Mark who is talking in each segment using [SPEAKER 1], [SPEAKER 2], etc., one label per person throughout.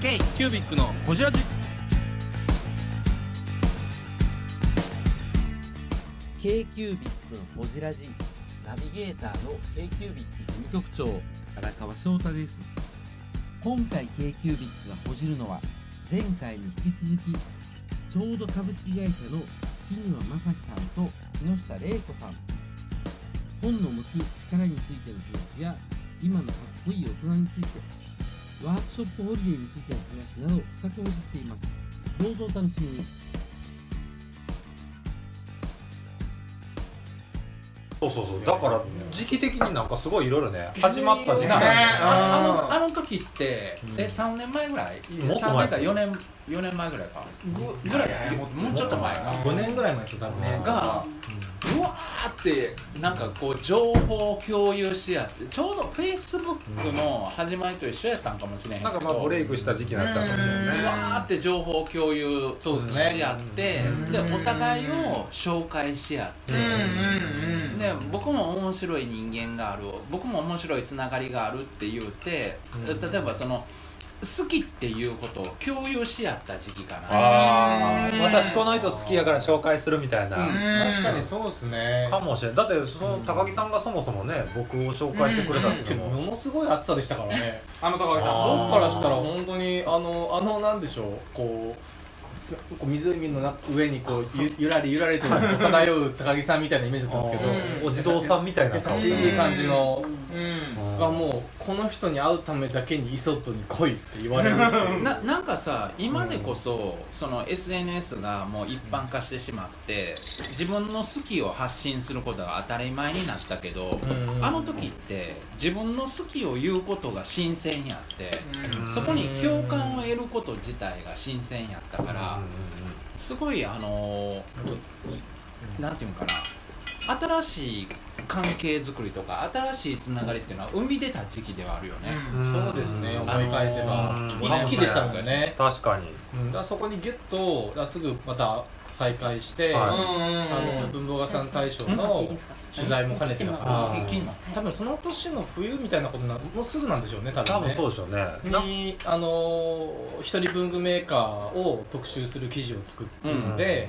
[SPEAKER 1] K キュービックのホジラジ
[SPEAKER 2] k q b i c のほじラジナビゲーターの k q b i c 事務局長荒川翔太です今回 k q b i c がほじるのは前回に引き続きちょうど株式会社の日庭正史さんと木下玲子さん本の持つ力についての話や今のかっこいい大人についてワークショップホリデーについての話など深くほじっていますどうぞお楽しみに
[SPEAKER 3] そうそうそうだから時期的になんかすごいいろいろね始まった時期
[SPEAKER 4] ねあ
[SPEAKER 3] なん
[SPEAKER 4] のあの時って、え3年前ぐらい
[SPEAKER 3] もっと
[SPEAKER 4] 3
[SPEAKER 3] 前
[SPEAKER 4] 年
[SPEAKER 3] です
[SPEAKER 4] か
[SPEAKER 3] よ
[SPEAKER 4] 4年4年前ぐらいかぐぐらいもうもうちょっと前か
[SPEAKER 5] 5年ぐらい前ですよ多分ね
[SPEAKER 4] が、うわーってなんかこう情報を共有し合ってちょうどフェイスブックの始まりと一緒やったんかもしれへんけ
[SPEAKER 3] な
[SPEAKER 4] ど
[SPEAKER 3] んかまあブレイクした時期だったかもしれ
[SPEAKER 4] わ
[SPEAKER 3] ないね
[SPEAKER 4] ーって情報を共有
[SPEAKER 5] そうですね
[SPEAKER 4] し合って
[SPEAKER 5] うん
[SPEAKER 4] でお互いを紹介し合ってで僕も面白い人間がある僕も面白いつながりがあるって言うて、
[SPEAKER 5] うん
[SPEAKER 4] 例えばその好きっていうことを共有し合った時期かな
[SPEAKER 3] ああ私この人好きやから紹介するみたいな、
[SPEAKER 5] 確かにそうですね
[SPEAKER 3] かもしれないだってその高木さんがそもそもね僕を紹介してくれたっていうのも、
[SPEAKER 5] ものすごい暑さでしたからねあの高木さ
[SPEAKER 3] あー
[SPEAKER 5] ん僕からしたら本当にあのあのなんでしょうこうつこう湖のな上にこうゆゆらりゆらりと漂う高木さんみたいなイメージだったんですけど
[SPEAKER 3] あーお地蔵さんみたいな
[SPEAKER 5] 優しい感じの
[SPEAKER 3] うん
[SPEAKER 5] がもうこの人に会うためだけにイソットに来いって言われるっていう
[SPEAKER 4] ななんかさ今でこそその SNS がもう一般化してしまって自分の好きを発信することが当たり前になったけど、
[SPEAKER 5] うん
[SPEAKER 4] あの時って自分の好きを言うことが新鮮やって、
[SPEAKER 3] うん
[SPEAKER 4] そこに共感を得ること自体が新鮮やったから、すごいあのーなんていうのかな新しい関係づくりとか新しいつながりっていうのは生み出た時期ではあるよね、
[SPEAKER 3] うん
[SPEAKER 5] そうですね思い返せば
[SPEAKER 3] うん
[SPEAKER 5] 一気でしたもんね
[SPEAKER 3] 確かに
[SPEAKER 5] うんだからそこにギュッとだからすぐまた再開して、
[SPEAKER 3] はい
[SPEAKER 5] あの文房具屋さん大賞の取材も兼ねてだ
[SPEAKER 4] あ
[SPEAKER 5] から
[SPEAKER 4] 金の
[SPEAKER 5] 多分その年の冬みたいなことなもうすぐなんでしょうね多
[SPEAKER 3] 多
[SPEAKER 5] 分
[SPEAKER 3] 分
[SPEAKER 5] ね
[SPEAKER 3] そうでしょうねな
[SPEAKER 5] にあのー一人文具メーカーを特集する記事を作ってるので、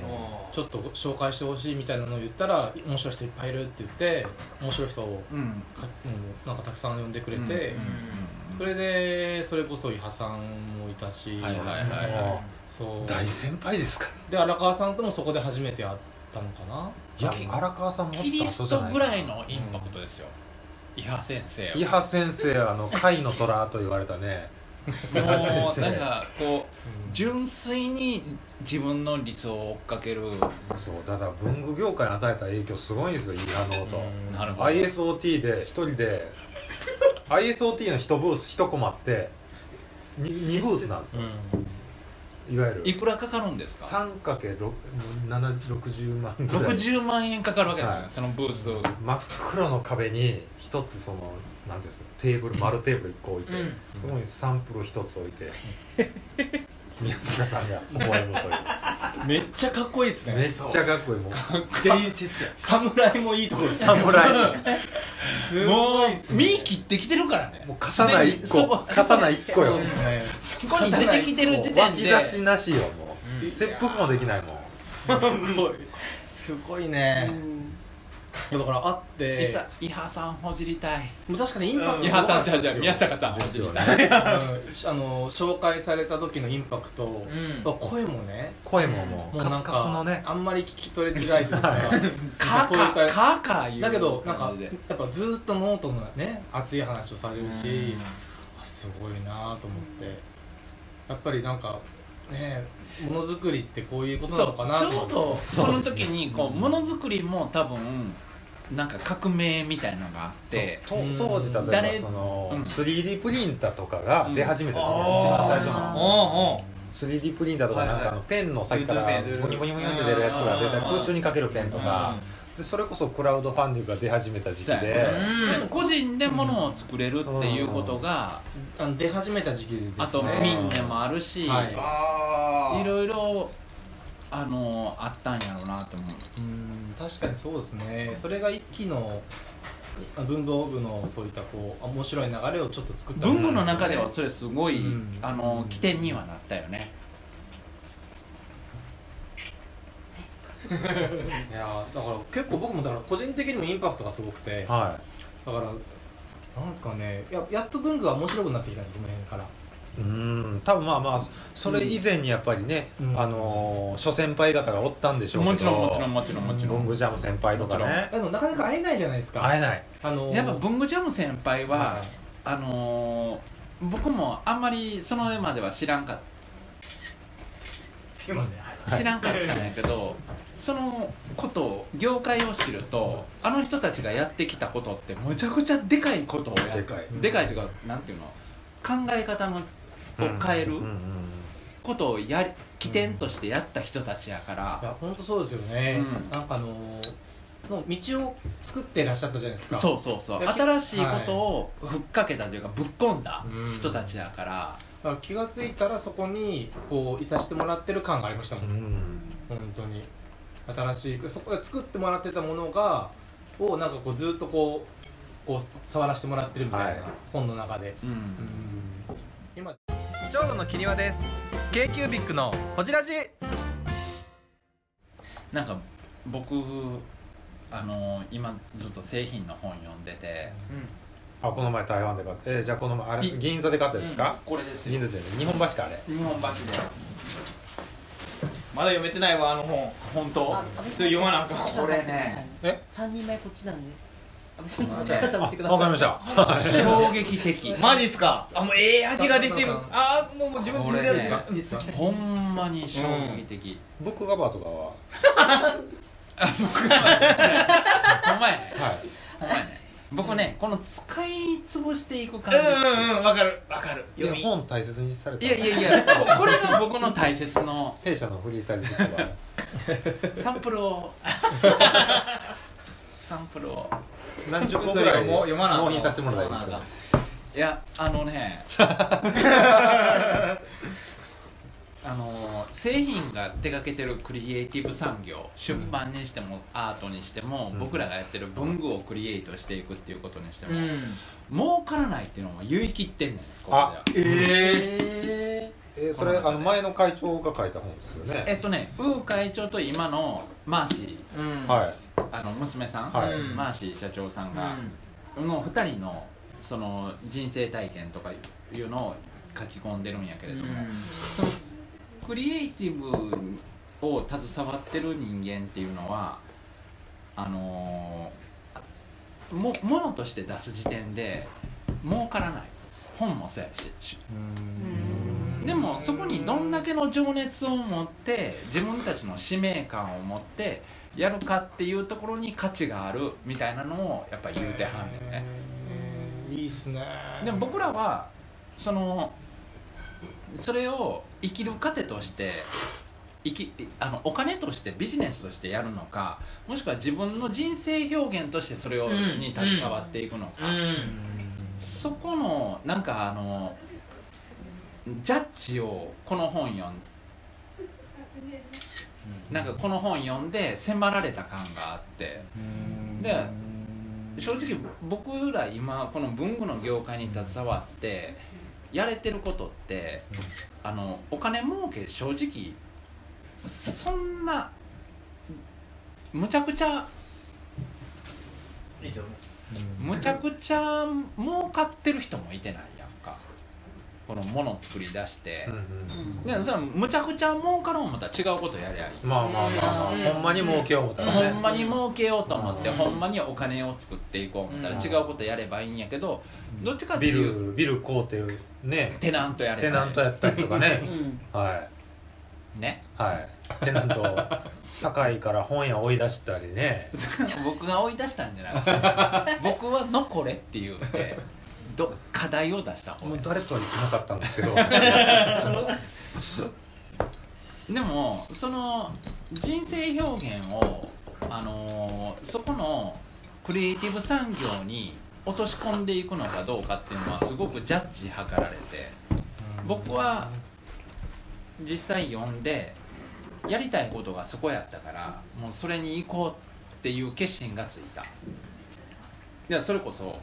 [SPEAKER 5] ちょっと紹介してほしいみたいなのを言ったら面白い人いっぱいいるって言って面白い人を
[SPEAKER 4] うん
[SPEAKER 5] か、うん、なんかたくさん呼んでくれて、
[SPEAKER 4] うん
[SPEAKER 5] それでそれこそ伊波さんもいたし、
[SPEAKER 4] はいはいはいは
[SPEAKER 5] そう
[SPEAKER 3] 大先輩ですから
[SPEAKER 5] で荒川さんともそこで初めて会ったのかない
[SPEAKER 3] や荒川さんも
[SPEAKER 4] キリストぐ
[SPEAKER 3] い
[SPEAKER 4] らいのインパクトですよ、伊波先生
[SPEAKER 3] 伊波先生あの貝の虎と言われたね
[SPEAKER 4] も
[SPEAKER 3] 先
[SPEAKER 4] う
[SPEAKER 3] 生
[SPEAKER 4] なんかこう
[SPEAKER 5] うん
[SPEAKER 4] 純粋に自分の理想を追っかける
[SPEAKER 3] そうだから文具業界に与えた影響すごいんですよ伊波の音
[SPEAKER 5] うん
[SPEAKER 4] なるほど
[SPEAKER 3] ISOT で一人で ISOT の一ブース一コマってに二ブースなんですよいわゆる
[SPEAKER 4] いくらかかるんですか
[SPEAKER 3] 3×60 万ぐらい
[SPEAKER 4] 60万円かかるわけですよね、
[SPEAKER 3] はい
[SPEAKER 4] そのブースを
[SPEAKER 3] 真っ黒の壁に一つそのなんていうんですかテーブル丸テーブル1個置いて、そこにサンプル一つ置い て宮坂さんが微笑むという
[SPEAKER 5] めっちゃかっこいいですね
[SPEAKER 3] めっちゃかっこいいもう
[SPEAKER 5] 伝説や侍もいいところですね
[SPEAKER 3] 侍
[SPEAKER 5] す
[SPEAKER 4] も
[SPEAKER 5] ご
[SPEAKER 4] う
[SPEAKER 5] いっすね
[SPEAKER 4] 見切ってきてるからね
[SPEAKER 3] もう刀一
[SPEAKER 4] そ
[SPEAKER 3] 個
[SPEAKER 4] こ
[SPEAKER 3] 刀一個よ
[SPEAKER 5] そうですね
[SPEAKER 4] そこに出てきてる時点
[SPEAKER 3] 脇
[SPEAKER 4] で
[SPEAKER 3] 差しなしよもう、
[SPEAKER 5] うん
[SPEAKER 3] 切腹もできないもん
[SPEAKER 5] すごいすごいねだから会って
[SPEAKER 4] 伊佐伊波さんほじりたい
[SPEAKER 5] もう確かにインパクト
[SPEAKER 4] 伊
[SPEAKER 5] すご
[SPEAKER 4] 波
[SPEAKER 5] か
[SPEAKER 4] さ
[SPEAKER 5] っ
[SPEAKER 4] ん
[SPEAKER 5] た
[SPEAKER 4] じゃじ
[SPEAKER 5] ですよ
[SPEAKER 4] ゃ宮坂さん
[SPEAKER 3] で
[SPEAKER 4] ほ
[SPEAKER 3] す
[SPEAKER 4] じり
[SPEAKER 3] よ
[SPEAKER 4] たい、
[SPEAKER 3] ね
[SPEAKER 5] うんしあの紹介された時のインパクト、声もね
[SPEAKER 3] 声ももう
[SPEAKER 5] もう
[SPEAKER 3] カ
[SPEAKER 5] なん
[SPEAKER 3] ス
[SPEAKER 5] か
[SPEAKER 3] カスのね
[SPEAKER 5] あんまり聞き取れてないというか
[SPEAKER 4] カーカ
[SPEAKER 5] 聞こえ
[SPEAKER 4] ー
[SPEAKER 5] た
[SPEAKER 4] カーカー言う
[SPEAKER 5] だけどなんか
[SPEAKER 4] 感じで
[SPEAKER 5] やっぱずっとノートのね熱い話をされるしあすごいなと思ってやっぱりなんかねものづくりってこういうこと
[SPEAKER 4] そう
[SPEAKER 5] なのかな
[SPEAKER 4] ち
[SPEAKER 5] と
[SPEAKER 4] ょう
[SPEAKER 5] 思っ
[SPEAKER 4] どその時にこうものづくりも多分なんか革命みたいなのがあって
[SPEAKER 3] と
[SPEAKER 5] うん
[SPEAKER 3] 当時例
[SPEAKER 4] 誰
[SPEAKER 3] えばその、
[SPEAKER 4] うん
[SPEAKER 3] 3D プリンターとかが出始めたんですよ、
[SPEAKER 5] うん
[SPEAKER 3] 一番最初
[SPEAKER 5] て
[SPEAKER 3] の
[SPEAKER 5] おうおう
[SPEAKER 3] 3D プリンターとかなん
[SPEAKER 5] はい
[SPEAKER 3] か
[SPEAKER 5] は
[SPEAKER 3] あ
[SPEAKER 5] い
[SPEAKER 3] のペンの先から
[SPEAKER 5] ドゥドゥペン
[SPEAKER 3] ボニボニボニって出るやつが出たり空中にかけるペンとかでそれこそクラウドファンディングが出始めた時期
[SPEAKER 4] そうやね
[SPEAKER 3] で
[SPEAKER 4] でも個人でものを作れるっていうことが
[SPEAKER 5] あの出始めた時期ですね
[SPEAKER 4] あと
[SPEAKER 3] ね
[SPEAKER 4] ミンネもあるし、
[SPEAKER 5] はいい、
[SPEAKER 4] ろいろあのあったんやろうなと思う
[SPEAKER 5] うん確かにそうですねそれが一期のああ文房具のそういったこう面白い流れをちょっと作った
[SPEAKER 4] 文具の中ではそれすごい、
[SPEAKER 5] うん
[SPEAKER 4] あの起点にはなったよね
[SPEAKER 5] いやーだから結構僕もだから個人的にもインパクトがすごくて
[SPEAKER 3] は
[SPEAKER 5] だからなんですかねややっと文具が面白くなってきたんですその辺から
[SPEAKER 3] いうん多分まあまあそれ以前にやっぱりね、
[SPEAKER 5] うん
[SPEAKER 3] あのー諸先輩方がおったんでしょうけど
[SPEAKER 4] もちろんもちろんもちろんもちろ
[SPEAKER 3] ロン
[SPEAKER 4] ん
[SPEAKER 3] グジャム先輩とかね
[SPEAKER 5] でもなかなか会えないじゃないですか
[SPEAKER 3] 会えない
[SPEAKER 5] あのー
[SPEAKER 4] やっぱ文具ジャム先輩は、
[SPEAKER 5] は
[SPEAKER 4] あのー僕もあんまりその絵までは知らんかっ
[SPEAKER 5] すいません
[SPEAKER 4] 知らんかったんやけどそのことを業界を知るとあの人たちがやってきたことってむちゃくちゃでかいことをや
[SPEAKER 3] でかい
[SPEAKER 4] でかいというかなんていうの考え方のを変える
[SPEAKER 3] うんうんうん
[SPEAKER 4] ことをやり起点としてやった人たちやか
[SPEAKER 5] い
[SPEAKER 4] ら、
[SPEAKER 5] や本当そうですよね、
[SPEAKER 4] うん
[SPEAKER 5] なんかあのーの道を作ってらっしゃったじゃないですか
[SPEAKER 4] そうそうそう
[SPEAKER 5] いや
[SPEAKER 4] 新しいことをふっかけたというかぶっ込んだ人たちやから、
[SPEAKER 5] だから気がついたらそこにこういさせてもらってる感がありましたもん、
[SPEAKER 3] うんうん
[SPEAKER 5] 本当に新しいそこで作ってもらってたものがをなんかこうずっとこうこう触らせてもらってるみたいな、
[SPEAKER 3] はい
[SPEAKER 5] 本の中で
[SPEAKER 4] うん
[SPEAKER 5] 今
[SPEAKER 6] 長野のきりわです k q ビックのほじラジ
[SPEAKER 4] なんか僕あのー今ずっと製品の本読んでて、
[SPEAKER 3] あこの前台湾で買って、えーじゃあこの前あれ
[SPEAKER 4] い
[SPEAKER 3] 銀座で買ったやつですか、
[SPEAKER 4] これです
[SPEAKER 3] 銀
[SPEAKER 4] よ
[SPEAKER 3] 座じゃない日本橋かあれ
[SPEAKER 4] 日本橋で
[SPEAKER 6] まだ読めてないわあの本
[SPEAKER 4] 本当
[SPEAKER 6] それ読まなあかん
[SPEAKER 4] これね
[SPEAKER 5] え
[SPEAKER 7] 三人前こっちなんで安倍さんこっち
[SPEAKER 4] そうだね
[SPEAKER 7] 改めてくだ
[SPEAKER 3] わか
[SPEAKER 7] さ
[SPEAKER 3] り
[SPEAKER 7] い
[SPEAKER 3] ました
[SPEAKER 4] 衝撃的
[SPEAKER 6] マジっすかあもうええ味が出てる
[SPEAKER 5] そうそうそう
[SPEAKER 6] あーもうもう自分で出てるんですか
[SPEAKER 4] こ
[SPEAKER 6] いいっすか
[SPEAKER 4] ほんまに衝撃的、
[SPEAKER 3] ブックカバーとかははい
[SPEAKER 4] ほんまやねほんまやね僕ねこの使い潰していく感じです
[SPEAKER 6] うんうんうんわかるわかる
[SPEAKER 3] いや
[SPEAKER 6] 読み
[SPEAKER 3] 本大切にされた
[SPEAKER 4] いやいやいやここれが僕の大切の
[SPEAKER 3] 弊社のフリーサイズブックカバー
[SPEAKER 4] サンプ ルをサンプルを
[SPEAKER 3] 何十個
[SPEAKER 6] そ
[SPEAKER 3] ぐ
[SPEAKER 6] れ
[SPEAKER 3] らい
[SPEAKER 6] もう読まなあかん
[SPEAKER 3] 納品させてもらったらいいですか
[SPEAKER 4] いやあ のねあの製品が手掛けてるクリエイティブ産業出版にしてもアートにしても、
[SPEAKER 3] うん
[SPEAKER 4] 僕らがやってる文具をクリエイトしていくっていうことにして
[SPEAKER 6] う
[SPEAKER 4] も、
[SPEAKER 6] ん
[SPEAKER 4] 儲からないっていうのも言い切ってんねんここでは
[SPEAKER 6] ええ
[SPEAKER 3] え
[SPEAKER 7] え
[SPEAKER 3] ーそれあの前の会長が書いた本ですよ
[SPEAKER 4] え
[SPEAKER 3] ね
[SPEAKER 4] っとねウー会長と今のマーシー
[SPEAKER 6] うん
[SPEAKER 3] は
[SPEAKER 4] あの娘さん、
[SPEAKER 3] はい
[SPEAKER 6] うん
[SPEAKER 4] マーシー社長さん
[SPEAKER 6] う
[SPEAKER 4] が、
[SPEAKER 6] ん
[SPEAKER 4] の2人のその人生体験とかいうのを書き込んでるんやけれども、そのクリエイティブを携わってる人間っていうのはあのーもものとして出す時点で儲からない本もそうやししでもそこにどんだけの情熱を持って自分たちの使命感を持ってやるかっていうところに価値があるみたいなのをやっぱ言うてはんねんね。
[SPEAKER 5] いいっすね
[SPEAKER 4] でも僕らはそのそれを生きる糧として生きあのお金としてビジネスとしてやるのかもしくは自分の人生表現としてそれを、
[SPEAKER 6] うん
[SPEAKER 4] に携わっていくのか、
[SPEAKER 6] うん
[SPEAKER 4] そこのなんかあのジャッジをこの本読んなんかこの本読んで迫られた感があってで正直僕ら今この文具の業界に携わってやれてることってあのお金儲け正直そんなむちゃくちゃ
[SPEAKER 6] いいっすよ
[SPEAKER 4] むちゃくちゃ儲かってる人もいてないやんかこのもの作り出して
[SPEAKER 3] い、うん、うん
[SPEAKER 4] でそれはむちゃくちゃ儲かろう思ったら違うことやりゃいい、
[SPEAKER 3] まあまあまあまあほんまに儲けよう思ったら
[SPEAKER 4] ほ
[SPEAKER 3] ね
[SPEAKER 4] んまに儲けようと思って、
[SPEAKER 3] うん
[SPEAKER 4] ほんまにお金を作っていこう思ったら
[SPEAKER 3] うん
[SPEAKER 4] 違うことやればいいんやけど、どっちかって
[SPEAKER 3] ビ
[SPEAKER 4] いう
[SPEAKER 3] ルビルこうっていうね
[SPEAKER 4] テナントやればい
[SPEAKER 3] テ
[SPEAKER 4] い
[SPEAKER 3] ナントやったりとかね
[SPEAKER 7] ーうん
[SPEAKER 3] は
[SPEAKER 4] ね
[SPEAKER 3] いはいテナントを堺から本屋追い出したりね
[SPEAKER 4] 僕が追い出したんじゃなくて 僕は「のこれ」って言うてど課題を出した方
[SPEAKER 3] もう
[SPEAKER 4] がいい
[SPEAKER 3] 誰とは言ってなかったんです けど
[SPEAKER 4] でもその人生表現を、あのーそこのクリエイティブ産業に落とし込んでいくのかどうかっていうのはすごくジャッジ図られて僕は実際読んでやりたいことがそこやったからもうそれに行こうっていう決心がついたいやそれこそ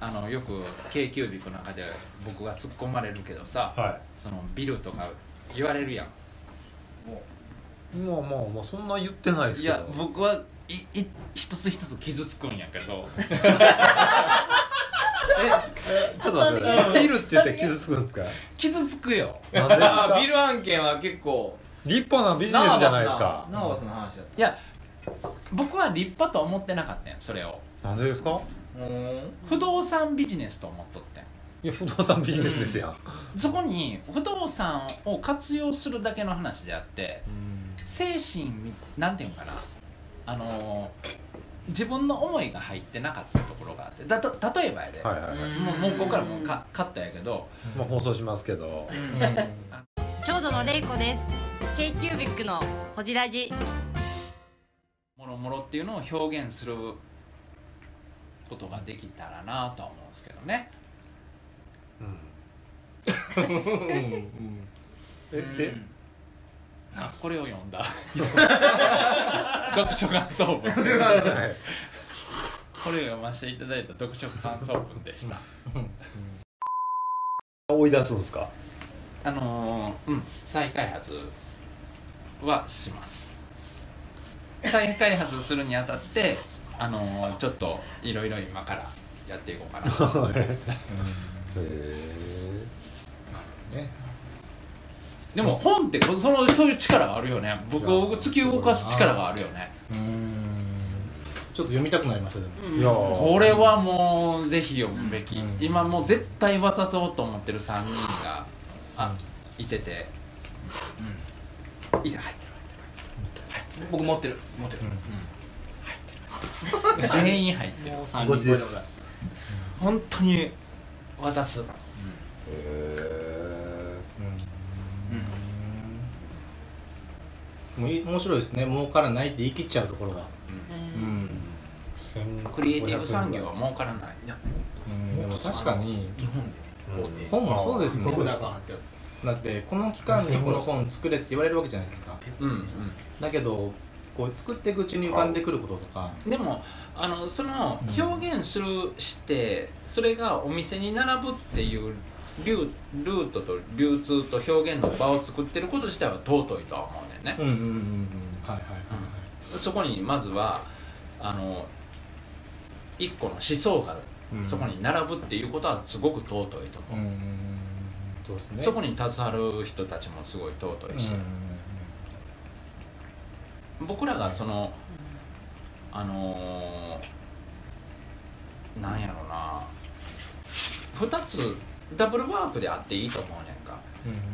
[SPEAKER 4] あのよく k q b i c の中で僕が突っ込まれるけどさ
[SPEAKER 3] は
[SPEAKER 4] そのビルとか言われるやん
[SPEAKER 3] いまあまあまあそんな言ってないです
[SPEAKER 4] い
[SPEAKER 3] けど
[SPEAKER 4] や僕はいい一つ一つ傷つくんや けど
[SPEAKER 3] えちょっと待ってくださいビルって言って傷つくんですか
[SPEAKER 4] 傷つくよ
[SPEAKER 3] なんでです
[SPEAKER 8] あ
[SPEAKER 3] か
[SPEAKER 8] あビル案件は結構
[SPEAKER 3] 立派なビジネスじゃないですか
[SPEAKER 8] ナーバスな話だっ
[SPEAKER 4] いや僕は立派とは思ってなかったんやそれを
[SPEAKER 3] なんでです
[SPEAKER 8] た
[SPEAKER 3] か
[SPEAKER 8] うん
[SPEAKER 4] 不動産ビジネスと思っとってん
[SPEAKER 3] いや不動産ビジネスですやん
[SPEAKER 4] そこに不動産を活用するだけの話であって精神みなんていうのかなあのー自分の思いが入ってなかったところがあってだと例えばやで、
[SPEAKER 3] はいはいはい
[SPEAKER 4] もうもうここからもうカカットやけど
[SPEAKER 3] まあ放送しますけど
[SPEAKER 9] 長女のれいこです。k q b i c のほじラジ。
[SPEAKER 4] もろもろっていうのを表現することができたらなとは思うんですけどね
[SPEAKER 3] うん
[SPEAKER 4] ええあこれを読ん だ読書感想文こ
[SPEAKER 3] はい
[SPEAKER 4] れを読ませていただいた読書感想文でした
[SPEAKER 3] 追い出すんですか
[SPEAKER 4] あのーうん再開発はします再開発するにあたってあのーちょっといろいろ今からやっていこうかな
[SPEAKER 3] へえ
[SPEAKER 4] でも本ってそのそういう力があるよね僕
[SPEAKER 3] いや
[SPEAKER 4] を突き動かす力があるよね
[SPEAKER 5] うーんちょっと読みたくなりましたでも
[SPEAKER 3] いやー
[SPEAKER 4] これはもうぜひ読むべき、
[SPEAKER 5] うん
[SPEAKER 4] 今もう絶対わざそうと思ってる3人があいてて、うん、いいじゃん入ってる
[SPEAKER 8] 僕持ってる持ってる
[SPEAKER 4] 全員入ってる
[SPEAKER 3] ごちです
[SPEAKER 4] 本当に渡す
[SPEAKER 3] へ
[SPEAKER 5] もうい面白いですね儲からないって言い切っちゃうところがうん、
[SPEAKER 3] ー
[SPEAKER 4] クリエイティブ産業は儲からない
[SPEAKER 5] うん、でも確かに
[SPEAKER 8] 日本で
[SPEAKER 3] うん
[SPEAKER 5] 本もそうですね
[SPEAKER 8] 僕なんか貼ってる
[SPEAKER 5] だってこの期間にこの本作れって言われるわけじゃないですか
[SPEAKER 4] うん、
[SPEAKER 5] だけどこう作っていくうちに浮かんでくることとか
[SPEAKER 4] でもあのその表現する、してそれがお店に並ぶっていう流ルートと流通と表現の場を作ってること自体は尊いとは思うねんね、
[SPEAKER 5] うんうんうんうんはいはいはい
[SPEAKER 4] そこにまずはあの一個の思想が
[SPEAKER 5] はい、
[SPEAKER 4] そこに並ぶっていうことはすごく尊いと思
[SPEAKER 5] う
[SPEAKER 4] う、
[SPEAKER 5] んうんうんそうですね
[SPEAKER 4] そこに携わる人たちもすごい尊いし、僕らがそのあのーなんやろな2つダブルワークであっていいと思うねんか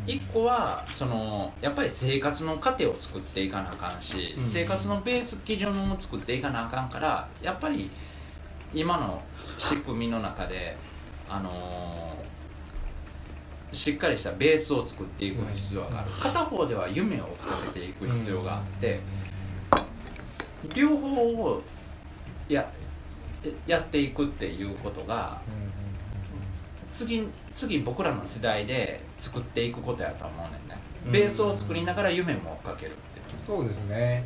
[SPEAKER 4] 1個はそのやっぱり生活の糧を作っていかなあかんし、
[SPEAKER 5] うん
[SPEAKER 4] 生活のベース基準を作っていかなあかんからやっぱり今の仕組みの中であのーしっかりしたベースを作っていく必要がある、片方では夢を追っかけていく必要があって、両方をややっていくっていうことが次次僕らの世代で作っていくことやと思うねんねベースを作りながら夢も追っかけるっていう
[SPEAKER 5] そうですね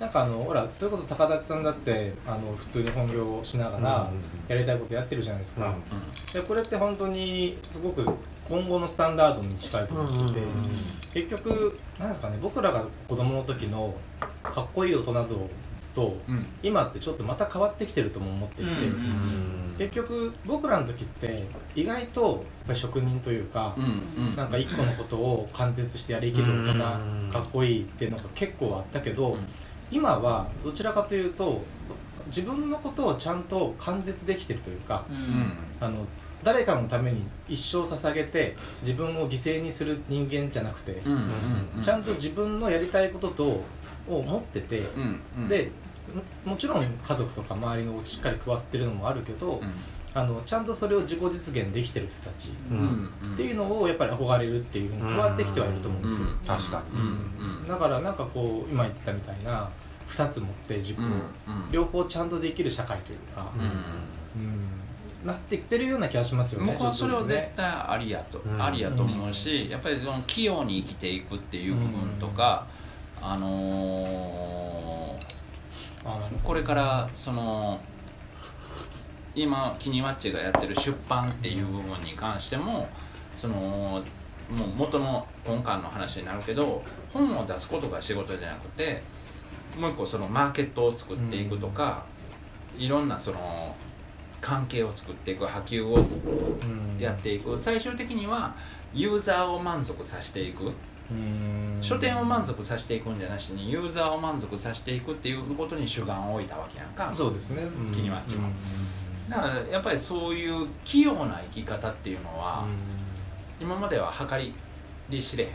[SPEAKER 5] なんかあのほらそれこそ高田さんだってあの普通に本業をしながらやりたいことやってるじゃないですか、でこれって本当にすごく今後のスタンダードに近いところに来て、結局なんですかね僕らが子供の時のかっこいい大人像と
[SPEAKER 4] うん
[SPEAKER 5] 今ってちょっとまた変わってきてるとも思っていて、
[SPEAKER 8] うん
[SPEAKER 3] うん
[SPEAKER 5] 結局僕らの時って意外とやっぱり職人というか、
[SPEAKER 4] うんうん
[SPEAKER 5] なんか一個のことを貫徹してやりきる大人
[SPEAKER 3] うん
[SPEAKER 5] かっこいいっていうのが結構あったけど、
[SPEAKER 4] うん
[SPEAKER 5] 今はどちらかというと自分のことをちゃんと貫徹できてるというかあの誰かのために一生捧げて自分を犠牲にする人間じゃなくて
[SPEAKER 4] うんうんうんうん
[SPEAKER 5] ちゃんと自分のやりたいこととを持ってて
[SPEAKER 4] うんうん
[SPEAKER 5] でももちろん家族とか周りのをしっかり食わせてるのもあるけど
[SPEAKER 4] うん
[SPEAKER 5] あのちゃんとそれを自己実現できてる人たち
[SPEAKER 3] う
[SPEAKER 4] うん
[SPEAKER 3] ん
[SPEAKER 4] うん
[SPEAKER 5] っていうのをやっぱり憧れるっていうふうに加わってきてはいると思うん
[SPEAKER 4] う
[SPEAKER 5] で
[SPEAKER 4] ん
[SPEAKER 5] すよ。
[SPEAKER 3] 確かに
[SPEAKER 4] うん
[SPEAKER 5] だからなんかこう今言ってたみたいな2つ持って軸
[SPEAKER 4] う
[SPEAKER 5] を
[SPEAKER 4] んうん
[SPEAKER 5] 両方ちゃんとできる社会というか、
[SPEAKER 4] う
[SPEAKER 5] うんなってきてるような気がしますよ
[SPEAKER 4] ん
[SPEAKER 5] ね
[SPEAKER 4] 僕はそれは
[SPEAKER 5] ちょっとずつ
[SPEAKER 4] 絶
[SPEAKER 5] ね
[SPEAKER 4] 対ありやと、
[SPEAKER 3] うん
[SPEAKER 4] ありやと思うし、やっぱりその器用に生きていくっていう部分とか、あのー
[SPEAKER 5] あなるほど
[SPEAKER 4] これからその今キニワッチがやってる出版っていう部分に関してもそのもう元の根幹の話になるけど本を出すことが仕事じゃなくてもう一個そのマーケットを作っていくとか、いろんなその関係を作っていく波及をつやっていく最終的にはユーザーを満足させていく。書店を満足させていくんじゃなしにユーザーを満足させていくっていうことに主眼を置いたわけやんか
[SPEAKER 5] そうですね、うん
[SPEAKER 4] 気にはっちも
[SPEAKER 5] うん
[SPEAKER 4] だからやっぱりそういう器用な生き方っていうのは、今までは計り知れへん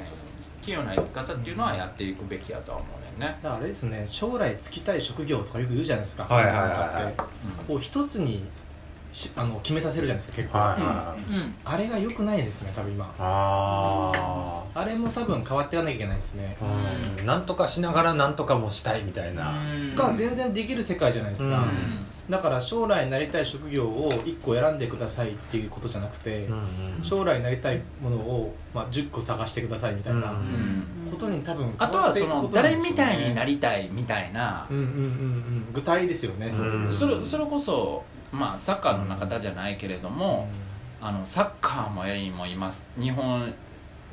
[SPEAKER 4] 器用な生き方っていうのはやっていくべきやとは思うねんね、
[SPEAKER 5] だからあれですね将来就きたい職業とかよく言うじゃないですか
[SPEAKER 3] はいはいはいはい
[SPEAKER 5] なんかってこう一つにしあの決めさせるじゃないですか結構、
[SPEAKER 3] はいはいはい
[SPEAKER 8] うん
[SPEAKER 5] あれが良くないですね多分今
[SPEAKER 3] あ
[SPEAKER 5] あれも多分変わっていかなきゃいけないですね
[SPEAKER 3] あうんなんとかしながらなんとかもしたいみたいな
[SPEAKER 5] が全然できる世界じゃないですか、
[SPEAKER 3] うん
[SPEAKER 5] だから将来なりたい職業を1個選んでくださいっていうことじゃなくて、
[SPEAKER 3] うんうん
[SPEAKER 5] 将来なりたいものを、まあ、10個探してくださいみたいな
[SPEAKER 3] うん
[SPEAKER 5] ことに多分
[SPEAKER 4] あとはその誰みたいにな
[SPEAKER 5] り
[SPEAKER 4] りたいみたいな
[SPEAKER 5] うんうんうんうん具体ですよねそれ
[SPEAKER 3] うん
[SPEAKER 4] それそれこそまあサッカーの中田じゃないけれども、あのサッカーもやりもいます日本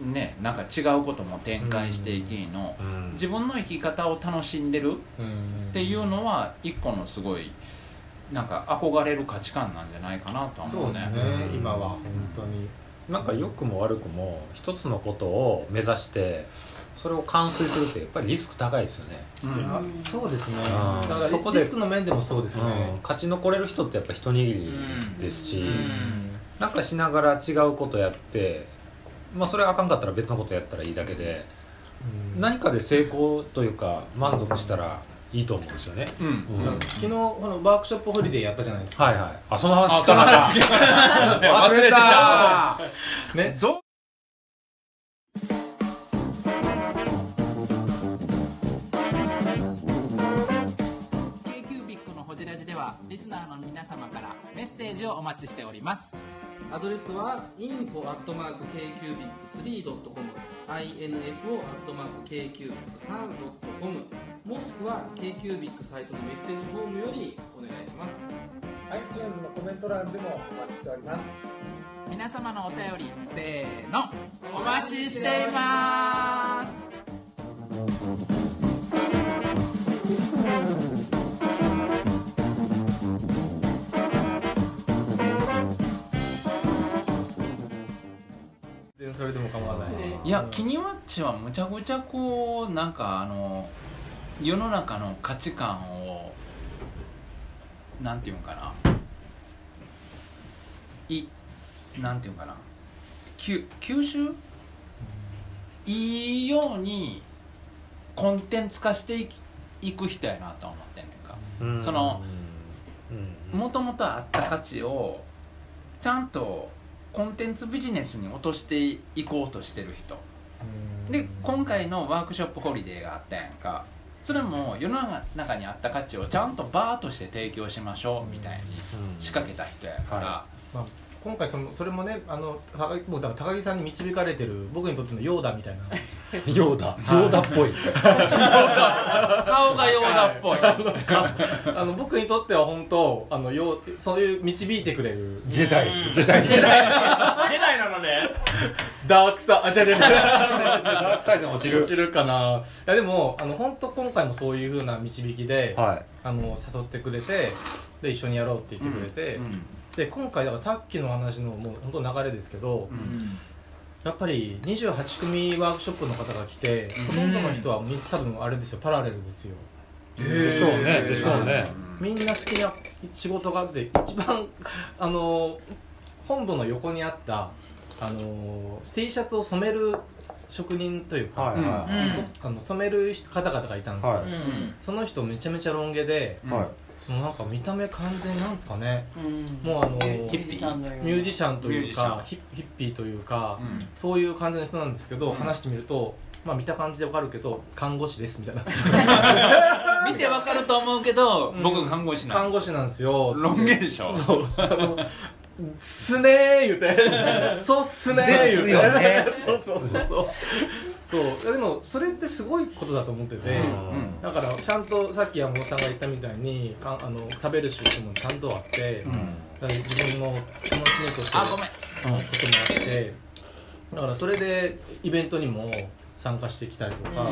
[SPEAKER 4] ねなんか違うことも展開していきの、
[SPEAKER 3] うん
[SPEAKER 4] 自分の生き方を楽しんでる
[SPEAKER 5] うん
[SPEAKER 4] っていうのは一個のすごいなんか憧れる価値観なんじゃないかなとは
[SPEAKER 5] そ
[SPEAKER 4] 思
[SPEAKER 5] う
[SPEAKER 4] う
[SPEAKER 5] で
[SPEAKER 4] ね
[SPEAKER 5] すね、
[SPEAKER 3] うん
[SPEAKER 5] 今は本当に
[SPEAKER 3] なんか良くも悪くも一つのことを目指してそれを完遂するってやっぱりリスク高いですよね、
[SPEAKER 4] うん
[SPEAKER 5] いやそうですね
[SPEAKER 3] うん
[SPEAKER 5] だから
[SPEAKER 3] そこで
[SPEAKER 5] リスクの面でもそうですね、
[SPEAKER 3] うん、勝ち残れる人ってやっぱ一握りですし、
[SPEAKER 8] うん
[SPEAKER 3] なんかしながら違うことやってまあそれあかんかったら別のことやったらいいだけで
[SPEAKER 5] うん
[SPEAKER 3] 何かで成功というか満足したらいいと思うんですよね、
[SPEAKER 4] うん
[SPEAKER 3] う
[SPEAKER 5] うん
[SPEAKER 3] ん、
[SPEAKER 5] 昨日このワークショップホリデーやったじゃないですか、
[SPEAKER 3] はいはいあその話聞かなかった忘れてた
[SPEAKER 5] ね
[SPEAKER 2] アドレスは info.kcubic3.com info.kcubic3.com もしくは KQBIC サイトのメッセージフォームよりお願いします
[SPEAKER 4] 皆様のお便りせーのお待ちしています
[SPEAKER 5] 全然それでも構わない、
[SPEAKER 4] いやキニワッチはむちゃくちゃこうなんかあの世の中の価値観をなんていうのかないなんていうのかな吸吸収いいようにコンテンツ化していきいく人やなとは思ってんねんか
[SPEAKER 3] うん
[SPEAKER 4] その
[SPEAKER 3] うん
[SPEAKER 4] もともとあった価値をちゃんとコンテンツビジネスに落としていこうとしてる人で今回のワークショップホリデーがあったやんかそれも世の中にあった価値をちゃんとバーとして提供しましょうみたいに
[SPEAKER 3] うん
[SPEAKER 4] 仕掛けた人やから、
[SPEAKER 3] は
[SPEAKER 5] まあ、今回そのそれもねあの高木僕だから高木さんに導かれてる僕にとってのヨーダみた いな
[SPEAKER 3] ヨーダヨーダっぽい
[SPEAKER 4] 顔がヨーダっぽい
[SPEAKER 5] あの僕にとっては本当あのヨーそういう導いてくれる
[SPEAKER 3] ジェダイジェダイジェダイ
[SPEAKER 8] ジェダイなのね
[SPEAKER 5] ダークさあ違う違う違 う
[SPEAKER 3] ダークサイドに落ちる
[SPEAKER 5] 落ちるかないやでもあの本当今回もそういう風な導きで、
[SPEAKER 3] はい
[SPEAKER 5] あの誘ってくれてで一緒にやろうって言ってくれて、
[SPEAKER 4] うん
[SPEAKER 5] で今回だからさっきの話のもう本当流れですけど、
[SPEAKER 4] うん
[SPEAKER 5] やっぱり28組ワークショップの方が来てほとんどの人はみ多分あれですよパラレルですよ
[SPEAKER 3] でしょうねでしょうね
[SPEAKER 5] みんな好きな仕事があって一番 あの本部の横にあったあの T シャツを染める職人というか、
[SPEAKER 3] はいは
[SPEAKER 8] う
[SPEAKER 3] い
[SPEAKER 8] ん
[SPEAKER 5] そあの染める方々がいたんですよ、
[SPEAKER 3] はい
[SPEAKER 8] うん
[SPEAKER 5] その人めちゃめちゃロン毛で
[SPEAKER 3] はい
[SPEAKER 5] もうなんか見た目完全なんですかね
[SPEAKER 7] うん
[SPEAKER 5] もうあのミュ
[SPEAKER 7] ヒッピーさんのような
[SPEAKER 5] ージシャンと
[SPEAKER 4] ミュー
[SPEAKER 5] いう
[SPEAKER 4] ジシャ
[SPEAKER 5] か
[SPEAKER 4] ン
[SPEAKER 5] ヒッヒッピーというか、
[SPEAKER 4] うん
[SPEAKER 5] そういう感じの人なんですけど、話してみると、まあ、見た感じでわかるけど看護師ですみたいな
[SPEAKER 4] 見てわかると思うけど、
[SPEAKER 5] うん
[SPEAKER 4] 僕看護師な
[SPEAKER 5] 看
[SPEAKER 4] ん
[SPEAKER 5] 護師なんですよ
[SPEAKER 4] ロン毛でしょ
[SPEAKER 5] そうあの「すねー」言うて「そうっすねー」言うて
[SPEAKER 3] ですよね
[SPEAKER 5] そうそうそうそうそうでもそれってすごいことだと思ってて、
[SPEAKER 4] うん
[SPEAKER 5] だからちゃんとさっき山本さんが言ったみたいにかんあの食べる仕事もちゃんとあって、
[SPEAKER 4] うん
[SPEAKER 5] だから自分の気持ちにとして
[SPEAKER 4] あごめん
[SPEAKER 5] うんこともあってだからそれでイベントにも参加してきたりとか、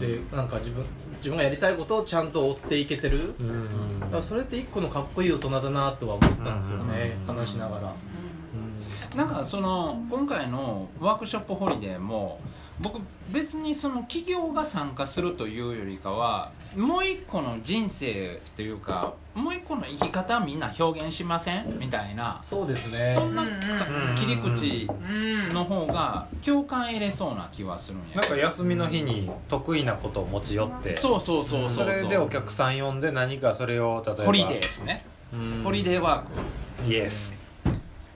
[SPEAKER 5] でなんか自分自分がやりたいことをちゃんと追っていけてる、
[SPEAKER 3] うんうんうん
[SPEAKER 5] だからそれって一個のかっこいい大人だなとは思ったんですよね、
[SPEAKER 3] うん
[SPEAKER 5] 話しながら、
[SPEAKER 4] なんかその今回のワークショップホリデーも僕別にその企業が参加するというよりかはもう一個の人生というかもう一個の生き方みんな表現しませんみたいな
[SPEAKER 5] そうですね
[SPEAKER 4] そんなさ
[SPEAKER 3] うん
[SPEAKER 4] 切り口
[SPEAKER 6] うん
[SPEAKER 4] の方が共感得れそうな気はするんや
[SPEAKER 3] なんか休みの日に得意なことを持ち寄って
[SPEAKER 4] そうそうそうそ
[SPEAKER 3] そ
[SPEAKER 4] う
[SPEAKER 3] れでお客さん呼んで何かそれを例えば
[SPEAKER 4] ホリデーですね
[SPEAKER 3] うん
[SPEAKER 4] ホリデーワーク
[SPEAKER 3] イエス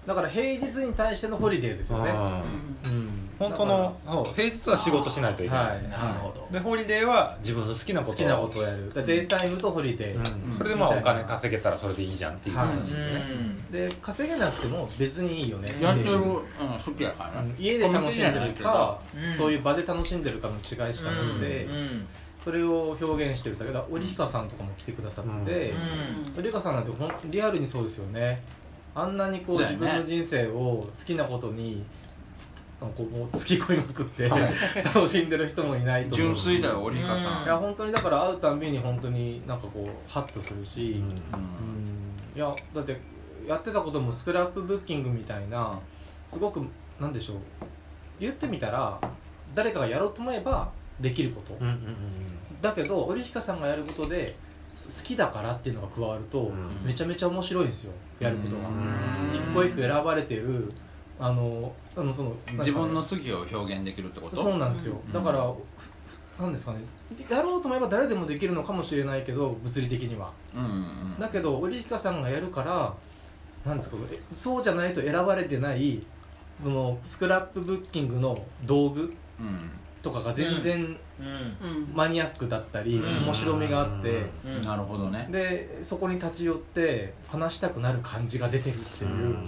[SPEAKER 5] だから平日に対してのホリデーですよね、
[SPEAKER 3] あ
[SPEAKER 5] うん
[SPEAKER 3] ー本当のそう平日は仕事しないといけない、
[SPEAKER 5] はい
[SPEAKER 4] なるほど
[SPEAKER 3] でホリデーは自分の好きなこと
[SPEAKER 5] 好
[SPEAKER 3] を
[SPEAKER 5] きなことをやるだからデイタイムとホリデー、
[SPEAKER 3] うんそれでまあお金稼げたらそれでいいじゃんっていう話で
[SPEAKER 4] う
[SPEAKER 3] ね、
[SPEAKER 4] ん
[SPEAKER 5] で稼げなくても別にいいよね
[SPEAKER 4] やってる
[SPEAKER 5] う
[SPEAKER 4] うんん好きやからね
[SPEAKER 5] 家で楽しんでるか、
[SPEAKER 6] うん
[SPEAKER 5] そういう場で楽しんでるかの違いしかなくて、
[SPEAKER 6] うん
[SPEAKER 5] それを表現してるだけだ織彦さんとかも来てくださって、織彦さんなんてほんリアルにそうですよねあんなにこう
[SPEAKER 4] そうやね
[SPEAKER 5] 自分の人生を好きなことになんかこうもう突き込みまくって、楽しんでる人もいないと思う
[SPEAKER 4] 純粋だよ織川
[SPEAKER 5] い
[SPEAKER 4] さ
[SPEAKER 5] や本当にだから会うたんびに本当になんかこうハッとするし、
[SPEAKER 3] うん
[SPEAKER 4] んうん
[SPEAKER 5] いやだってやってたこともスクラップブッキングみたいなすごくなんでしょう言ってみたら誰かがやろうと思えばできること、
[SPEAKER 3] うんうん
[SPEAKER 5] だけど織彦さんがやることです好きだからっていうのが加わると、
[SPEAKER 3] ん
[SPEAKER 5] めちゃめちゃ面白いんですよやることが
[SPEAKER 3] うん
[SPEAKER 5] 一個一個選ばれてるあのあのそのなんです
[SPEAKER 4] 自
[SPEAKER 5] かね
[SPEAKER 4] 分の好きを表現できるってこと
[SPEAKER 5] そうなんですよ、
[SPEAKER 4] うん
[SPEAKER 5] だからふふなんですかねやろうと思えば誰でもできるのかもしれないけど物理的には
[SPEAKER 4] うんうん
[SPEAKER 5] だけど織彦さんがやるからなんですかえそうじゃないと選ばれてないそのスクラップブッキングの道具
[SPEAKER 4] う
[SPEAKER 5] とかが全然
[SPEAKER 6] うん
[SPEAKER 7] うん
[SPEAKER 5] マニアックだったり、
[SPEAKER 3] うん
[SPEAKER 5] 面白みがあって、
[SPEAKER 6] うん
[SPEAKER 4] んなるほどね
[SPEAKER 5] でそこに立ち寄って話したくなる感じが出てるっていう、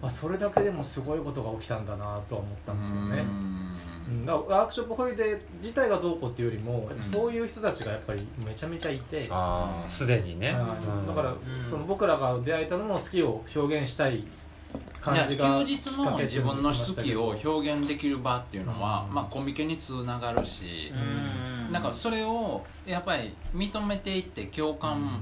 [SPEAKER 5] まあ、それだけでもすごいことが起きたんだなとは思ったんですよね。うんだからワークショップホリデー自体がどうこうっていうよりもやっぱそういう人たちがやっぱりめちゃめちゃいて、
[SPEAKER 3] ああすでにね、
[SPEAKER 5] はいだから、
[SPEAKER 6] ん
[SPEAKER 5] その僕らが出会えたのも好きを表現したい感じが
[SPEAKER 4] いや休日も自分の好きを表現できる場っていうのは、
[SPEAKER 3] うん
[SPEAKER 4] まあ、コミケにつながるし、なんかそれをやっぱり認めていって共感も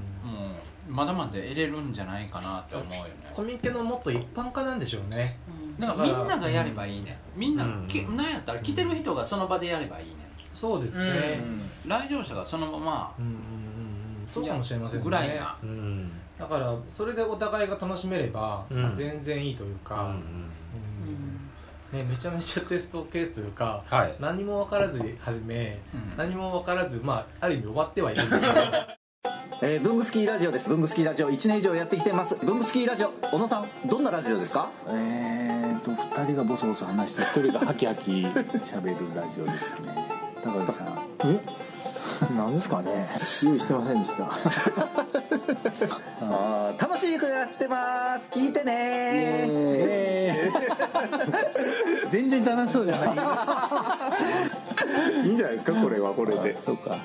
[SPEAKER 4] まだまだ得れるんじゃないかなって思うよね
[SPEAKER 5] コミケのもっと一般化なんでしょうね
[SPEAKER 7] うん
[SPEAKER 4] なんかみんながやればいいねみんな、
[SPEAKER 3] うん
[SPEAKER 4] きなんやったら来てる人がその場でやればいいね
[SPEAKER 5] そうですね
[SPEAKER 4] 来場者がそのまま
[SPEAKER 5] うんうんうんうんそうかもしれませんね
[SPEAKER 4] ぐらいな
[SPEAKER 3] うんうん
[SPEAKER 5] だからそれでお互いが楽しめれば、
[SPEAKER 3] うん
[SPEAKER 5] まあ全然いいという
[SPEAKER 3] う
[SPEAKER 5] か、
[SPEAKER 3] ん
[SPEAKER 5] うんね、めちゃめちゃテストケースというか
[SPEAKER 3] はい
[SPEAKER 5] 何も分からず始め
[SPEAKER 4] うん
[SPEAKER 5] 何も分からずまあある意味終わってはいるんですけど
[SPEAKER 10] えー、ブングスキーラジオです。ブングスキーラジオ1年以上やってきてます。ブングスキーラジオ、小野さん、どんなラジオですかえーと、2人がボソボソ話して、1人がハキハキ喋るラジオですね。高橋さん。えなんですかね用意してませんで した。あー楽しくやってます聞いてね全然楽しそうじゃないいいんじゃないですかこれはこれでそうか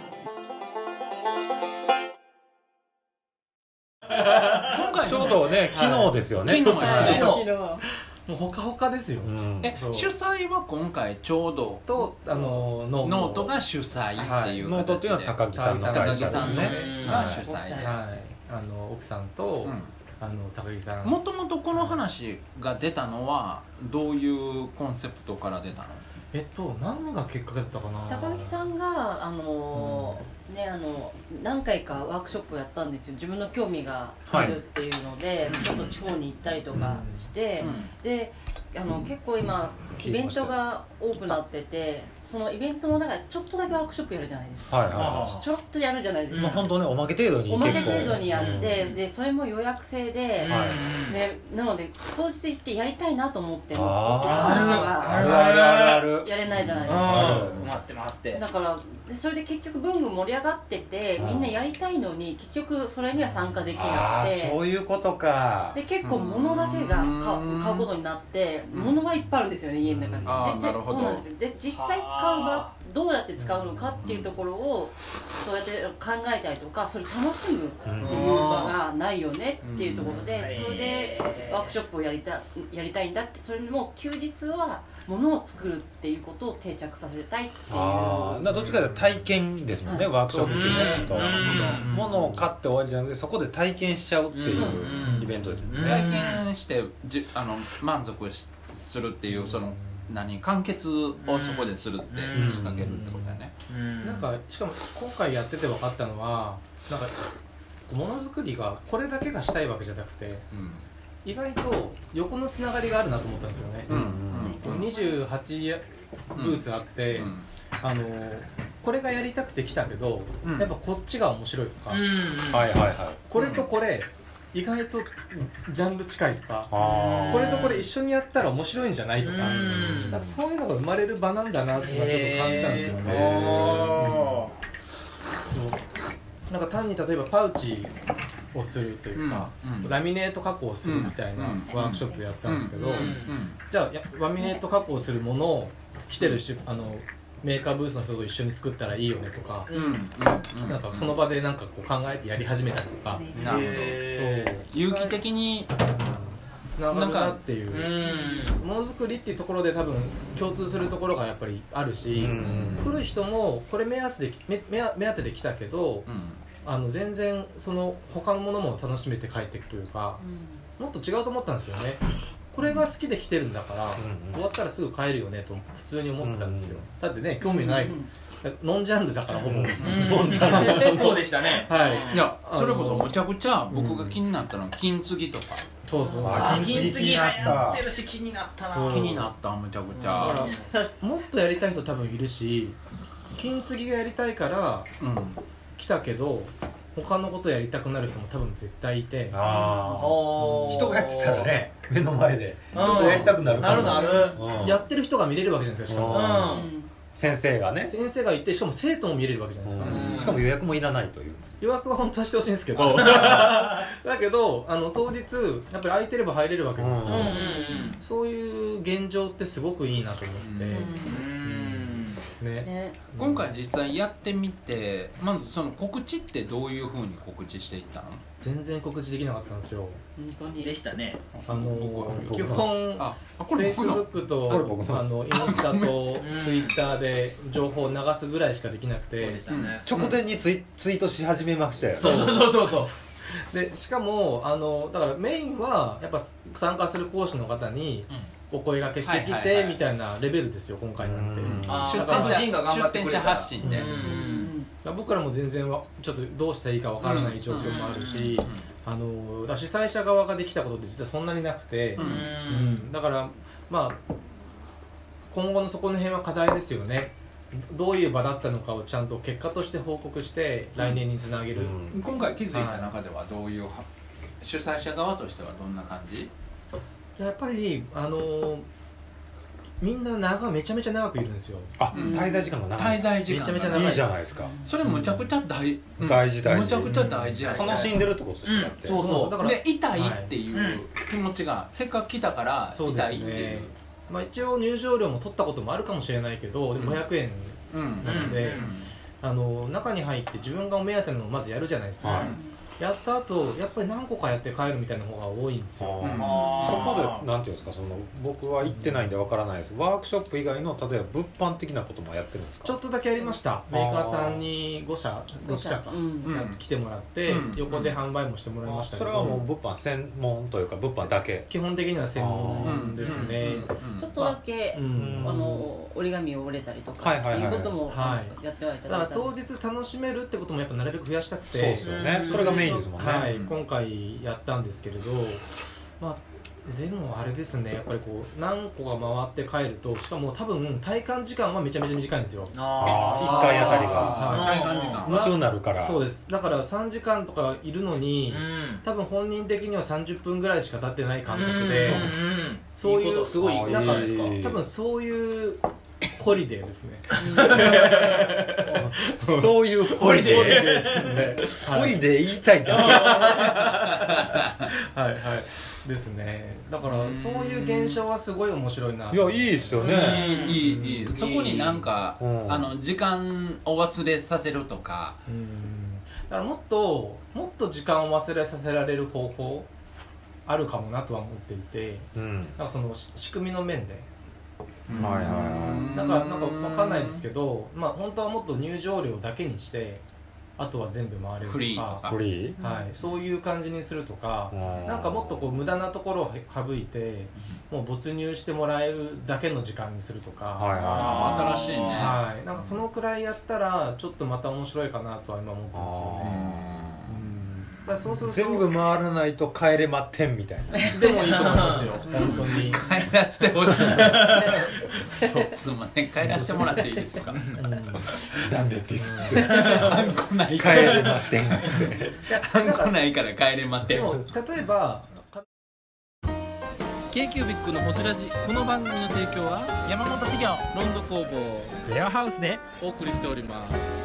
[SPEAKER 4] 今 回
[SPEAKER 3] ちょうどね昨日ですよね、
[SPEAKER 4] 昨日やね
[SPEAKER 5] 昨日 もうほかほかですよ、
[SPEAKER 3] うん
[SPEAKER 4] え
[SPEAKER 5] そう
[SPEAKER 4] 主催は今回ちょうど
[SPEAKER 5] とあのノート
[SPEAKER 4] ノートが主催っていう形で、
[SPEAKER 3] ノートっていうのは高木さんの
[SPEAKER 4] 高
[SPEAKER 3] 会
[SPEAKER 4] 木
[SPEAKER 3] 社で
[SPEAKER 4] さん
[SPEAKER 3] す
[SPEAKER 4] の
[SPEAKER 3] ね
[SPEAKER 4] が主催で、
[SPEAKER 5] はい、あの奥さんと、あの高木さん
[SPEAKER 4] もともとこの話が出たのはどういうコンセプトから出たの
[SPEAKER 5] えっと何がきっかけだったかな
[SPEAKER 7] 高木さ
[SPEAKER 5] ん
[SPEAKER 7] んがあのーねあの何回かワークショップをやったんですよ自分の興味があるっていうので、ちょっと地方に行ったりとかして、であの結構今イベントが多くなっててそのイベントの中でちょっとだけワークショップやるじゃないですか、
[SPEAKER 3] はいはいは
[SPEAKER 7] ちょろっとやるじゃないで
[SPEAKER 3] い
[SPEAKER 7] す
[SPEAKER 3] まあ
[SPEAKER 7] か、
[SPEAKER 3] 本当ねおまけ程度に
[SPEAKER 7] おまけ
[SPEAKER 3] 結構
[SPEAKER 7] 程度にやって、
[SPEAKER 3] うん
[SPEAKER 7] でそれも予約制で、
[SPEAKER 3] はい
[SPEAKER 7] ね、なので当日行ってやりたいなと思っても
[SPEAKER 3] あ
[SPEAKER 7] 男の
[SPEAKER 3] あ
[SPEAKER 7] 人
[SPEAKER 3] るあるあるある
[SPEAKER 7] がやれないじゃないですか
[SPEAKER 6] うん待ってますって
[SPEAKER 7] だからでそれで結局文具盛りり上がっててみんなやりたいのに結局それには参加できな
[SPEAKER 3] あ
[SPEAKER 7] く
[SPEAKER 3] ー
[SPEAKER 7] て
[SPEAKER 3] そういうことか
[SPEAKER 7] で結構物だけがか買うことになって物はいっぱいあるんですよね家の中に
[SPEAKER 4] あー
[SPEAKER 7] で
[SPEAKER 4] なるほど
[SPEAKER 7] そうなんですよで実際使う場どうやって使うのかっていうところをそうやって考えたりとかそれ楽しむっていう場がないよねっていうところでそれでワークショップをやりたやりたいんだってそれも休日は物を作るっていうことを定着させたいっていう
[SPEAKER 3] ああどっちかというと体験ですもんね、ワークショップするイベント物を買って終わりじゃなくてそこで体験しちゃうっていうイベントですもんね、
[SPEAKER 4] 体験してじあの満足しするっていうその何完結をそこでするって
[SPEAKER 5] うん
[SPEAKER 4] 仕掛けるってことだね
[SPEAKER 5] なんかしかも今回やってて分かったのはなんかものづくりがこれだけがしたいわけじゃなくて意外と横のつながりがあるなと思ったんですよね、28ブースあって、あのこれがやりたくて来たけど、
[SPEAKER 3] うん
[SPEAKER 5] やっぱこっちが面白いとか、
[SPEAKER 3] はいはいはい
[SPEAKER 5] これとこれ意外とジャンル近いとか
[SPEAKER 3] あー
[SPEAKER 5] これとこれ一緒にやったら面白いんじゃないとかなんかそういうのが生まれる場なんだなっていうのはちょっと感じたんですよね。そうなんか単に例えばパウチをするというか、
[SPEAKER 4] うんうん
[SPEAKER 5] ラミネート加工するみたいな
[SPEAKER 4] うん
[SPEAKER 5] ワークショップやったんですけど、
[SPEAKER 4] うんうん
[SPEAKER 5] じゃあやラミネート加工するものを来てるしあのメーカーブースの人と一緒に作ったらいいよねとか、なんかその場でなんかこう考えてやり始めたりとか、
[SPEAKER 4] なるほど
[SPEAKER 5] そう
[SPEAKER 4] 有機的に
[SPEAKER 5] つながるなっていう
[SPEAKER 4] なん
[SPEAKER 5] ものづくりっていうところで多分共通するところがやっぱりあるし、来る人もこれ目安で目目目当てで来たけど、あの全然その他のものも楽しめて帰っていくというか、もっと違うと思ったんですよねこれが好きで来てるんだから、終わったらすぐ帰るよねと普通に思ってたんですよ、だってね興味ない、ノンジャンルだからほぼ、ノンジャンル
[SPEAKER 4] そうでしたね
[SPEAKER 5] はい
[SPEAKER 4] いやそれこそむちゃくちゃ僕が気になったのは金継ぎとか
[SPEAKER 5] そうそう
[SPEAKER 4] あー
[SPEAKER 5] 金継ぎ
[SPEAKER 4] 流行
[SPEAKER 5] って
[SPEAKER 4] るし気になった
[SPEAKER 5] そう
[SPEAKER 4] 気になったむちゃくちゃ
[SPEAKER 5] だからもっとやりたい人多分いるし金継ぎがやりたいから来たけど、他のことやりたくなる人も多分絶対いて
[SPEAKER 3] あー人がやってたらね目の前でちょっとやりたくなるかも
[SPEAKER 5] なるなる、
[SPEAKER 3] うん
[SPEAKER 5] やってる人が見れるわけじゃないですかしかも、
[SPEAKER 3] うん先生がね
[SPEAKER 5] 先生がいてしかも生徒も見れるわけじゃないですか、
[SPEAKER 3] しかも予約もいらないという
[SPEAKER 5] 予約は本当はしてほしいんですけど だけどあの当日やっぱり空いてれば入れるわけですよ、
[SPEAKER 3] うんうん
[SPEAKER 5] そういう現状ってすごくいいなと思って、ね
[SPEAKER 4] 今回実際やってみてまずその告知ってどういうふうに告知していったの
[SPEAKER 5] 全然告知できなかったんですよ
[SPEAKER 7] 本当に
[SPEAKER 8] でしたね
[SPEAKER 5] あの
[SPEAKER 4] 僕
[SPEAKER 5] 基本
[SPEAKER 4] あこ
[SPEAKER 5] フェ
[SPEAKER 4] れ
[SPEAKER 5] イスブ
[SPEAKER 4] 僕の
[SPEAKER 5] ックと
[SPEAKER 4] これ僕の
[SPEAKER 5] あのインス タとツイッターで情報を流すぐらいしかできなくて
[SPEAKER 3] 直前にツイツイートし始めましたよね
[SPEAKER 5] そうそうそうそうでしかもあのだからメインはやっぱ参加する講師の方にお声掛けしてき
[SPEAKER 4] はいはい
[SPEAKER 5] て
[SPEAKER 4] はい
[SPEAKER 5] みたいなレベルですよ今回なんて
[SPEAKER 4] あー
[SPEAKER 5] だから
[SPEAKER 4] 出店者が頑張ってくれた出店者発信ね
[SPEAKER 5] うん僕らも全然わちょっとどうしたらいいかわからない状況もあるしあのだから主催者側ができたことって実はそんなになくてうんだからまあ今後のそこの辺は課題ですよねどういう場だったのかをちゃんと結果として報告して来年につなげる、
[SPEAKER 4] 今回気づいた中ではどういうは主催者側としてはどんな感じ
[SPEAKER 5] やっぱりあのーみんな長めちゃめちゃ長くいるんですよ
[SPEAKER 3] あ
[SPEAKER 4] うん滞在時間が長い滞在時間
[SPEAKER 5] めちゃめちゃ長い
[SPEAKER 3] いいじゃないですか
[SPEAKER 4] それむちゃくちゃ大
[SPEAKER 3] 大事大事
[SPEAKER 4] むちゃくちゃ大事やね
[SPEAKER 3] 楽しんでるってことですよだって
[SPEAKER 4] そうそうだ
[SPEAKER 5] だか
[SPEAKER 4] かららで痛いっていう気持ちがせっかく来たから痛
[SPEAKER 5] そうです
[SPEAKER 4] いってい
[SPEAKER 5] ね
[SPEAKER 4] う
[SPEAKER 5] まあ一応入場料も取ったこともあるかもしれないけどでも500円なので、あのー中に入って自分がお目当てのをまずやるじゃないですか、
[SPEAKER 3] は
[SPEAKER 5] やった後やっぱり何個かやって帰るみたいな方が多いんですよ、
[SPEAKER 3] うんそこでなんていうんですかその僕は行ってないんでわからないですワークショップ以外の例えば物販的なこともやってるんですか
[SPEAKER 5] ちょっとだけやりましたメーカーさんに5社6社か、
[SPEAKER 3] うん
[SPEAKER 5] 来てもらって、
[SPEAKER 3] うん
[SPEAKER 5] 横で販売もしてもらいましたけ
[SPEAKER 3] そ
[SPEAKER 5] ど
[SPEAKER 3] れはもう物販専門というか物販だけ
[SPEAKER 5] 基本的には専門ですね、
[SPEAKER 7] ちょっとだけ、
[SPEAKER 5] うん
[SPEAKER 7] あの折り紙を折れたりとか
[SPEAKER 5] はい
[SPEAKER 7] っ
[SPEAKER 5] は
[SPEAKER 7] て
[SPEAKER 5] いはいは
[SPEAKER 7] い
[SPEAKER 5] いう
[SPEAKER 7] ことも
[SPEAKER 5] はい
[SPEAKER 7] やってはい
[SPEAKER 5] だか
[SPEAKER 7] ただい
[SPEAKER 5] ら
[SPEAKER 7] たん
[SPEAKER 5] 当
[SPEAKER 7] で
[SPEAKER 5] 日楽しめるってこともやっぱなるべく増やしたく
[SPEAKER 3] そ
[SPEAKER 5] て
[SPEAKER 3] うですよねそれがメインですもんね
[SPEAKER 5] はい、
[SPEAKER 3] うん
[SPEAKER 5] 今回やったんですけれどまあでもあれですねやっぱりこう何個が回って帰るとしかも多分体感時間はめちゃめちゃ短いんですよ
[SPEAKER 3] あー一回あたりが
[SPEAKER 5] はい
[SPEAKER 3] 体感時間夢中になるから
[SPEAKER 5] そうですだから3時間とかいるのに、多分本人的には30分ぐらいしか経ってない感覚で、
[SPEAKER 8] うん
[SPEAKER 5] そういう
[SPEAKER 8] いいことすごいいいことじゃないですか
[SPEAKER 5] なん多分そういうホリデ ーですね
[SPEAKER 11] そういうホリデー
[SPEAKER 5] ホリデーですね
[SPEAKER 11] ホリデー言いたいん だ
[SPEAKER 5] はいはいですねだからそういう現象はすごい面白いないい
[SPEAKER 4] や
[SPEAKER 5] いいですよ
[SPEAKER 4] いいいいそこになんか、あの時間を忘れさせるとか、
[SPEAKER 5] だからもっともっと時間を忘れさせられる方法あるかもなとは思っていて、
[SPEAKER 3] うん
[SPEAKER 5] なんかそのし仕組みの面で
[SPEAKER 3] はいは
[SPEAKER 5] だからなんか分かんないですけど、まあ、本当はもっと入場料だけにしてあとは全部回れるとか
[SPEAKER 3] フリーとかフリー
[SPEAKER 5] はい、そういう感じにするとかなんかもっとこう無駄なところを省いてもう没入してもらえるだけの時間にするとか、
[SPEAKER 3] はいはいあー新しいね
[SPEAKER 5] はい、なんかそのくらいやったらちょっとまた面白いかなとは今思ってますよね。だからそうすると
[SPEAKER 11] 全部回らないと帰れまってんみたいな
[SPEAKER 5] でもいいと思いますよ本当に
[SPEAKER 4] 帰らしてほし いそうすいません帰らしてもらっていいですか
[SPEAKER 11] ダメです
[SPEAKER 4] って あんこないから
[SPEAKER 5] 帰れまってんっ
[SPEAKER 4] あんこないから帰れまって
[SPEAKER 5] でも例えば
[SPEAKER 1] k q b i c のホジラジこの番組の提供は山本資源ロンド工房レアハウスでお送りしております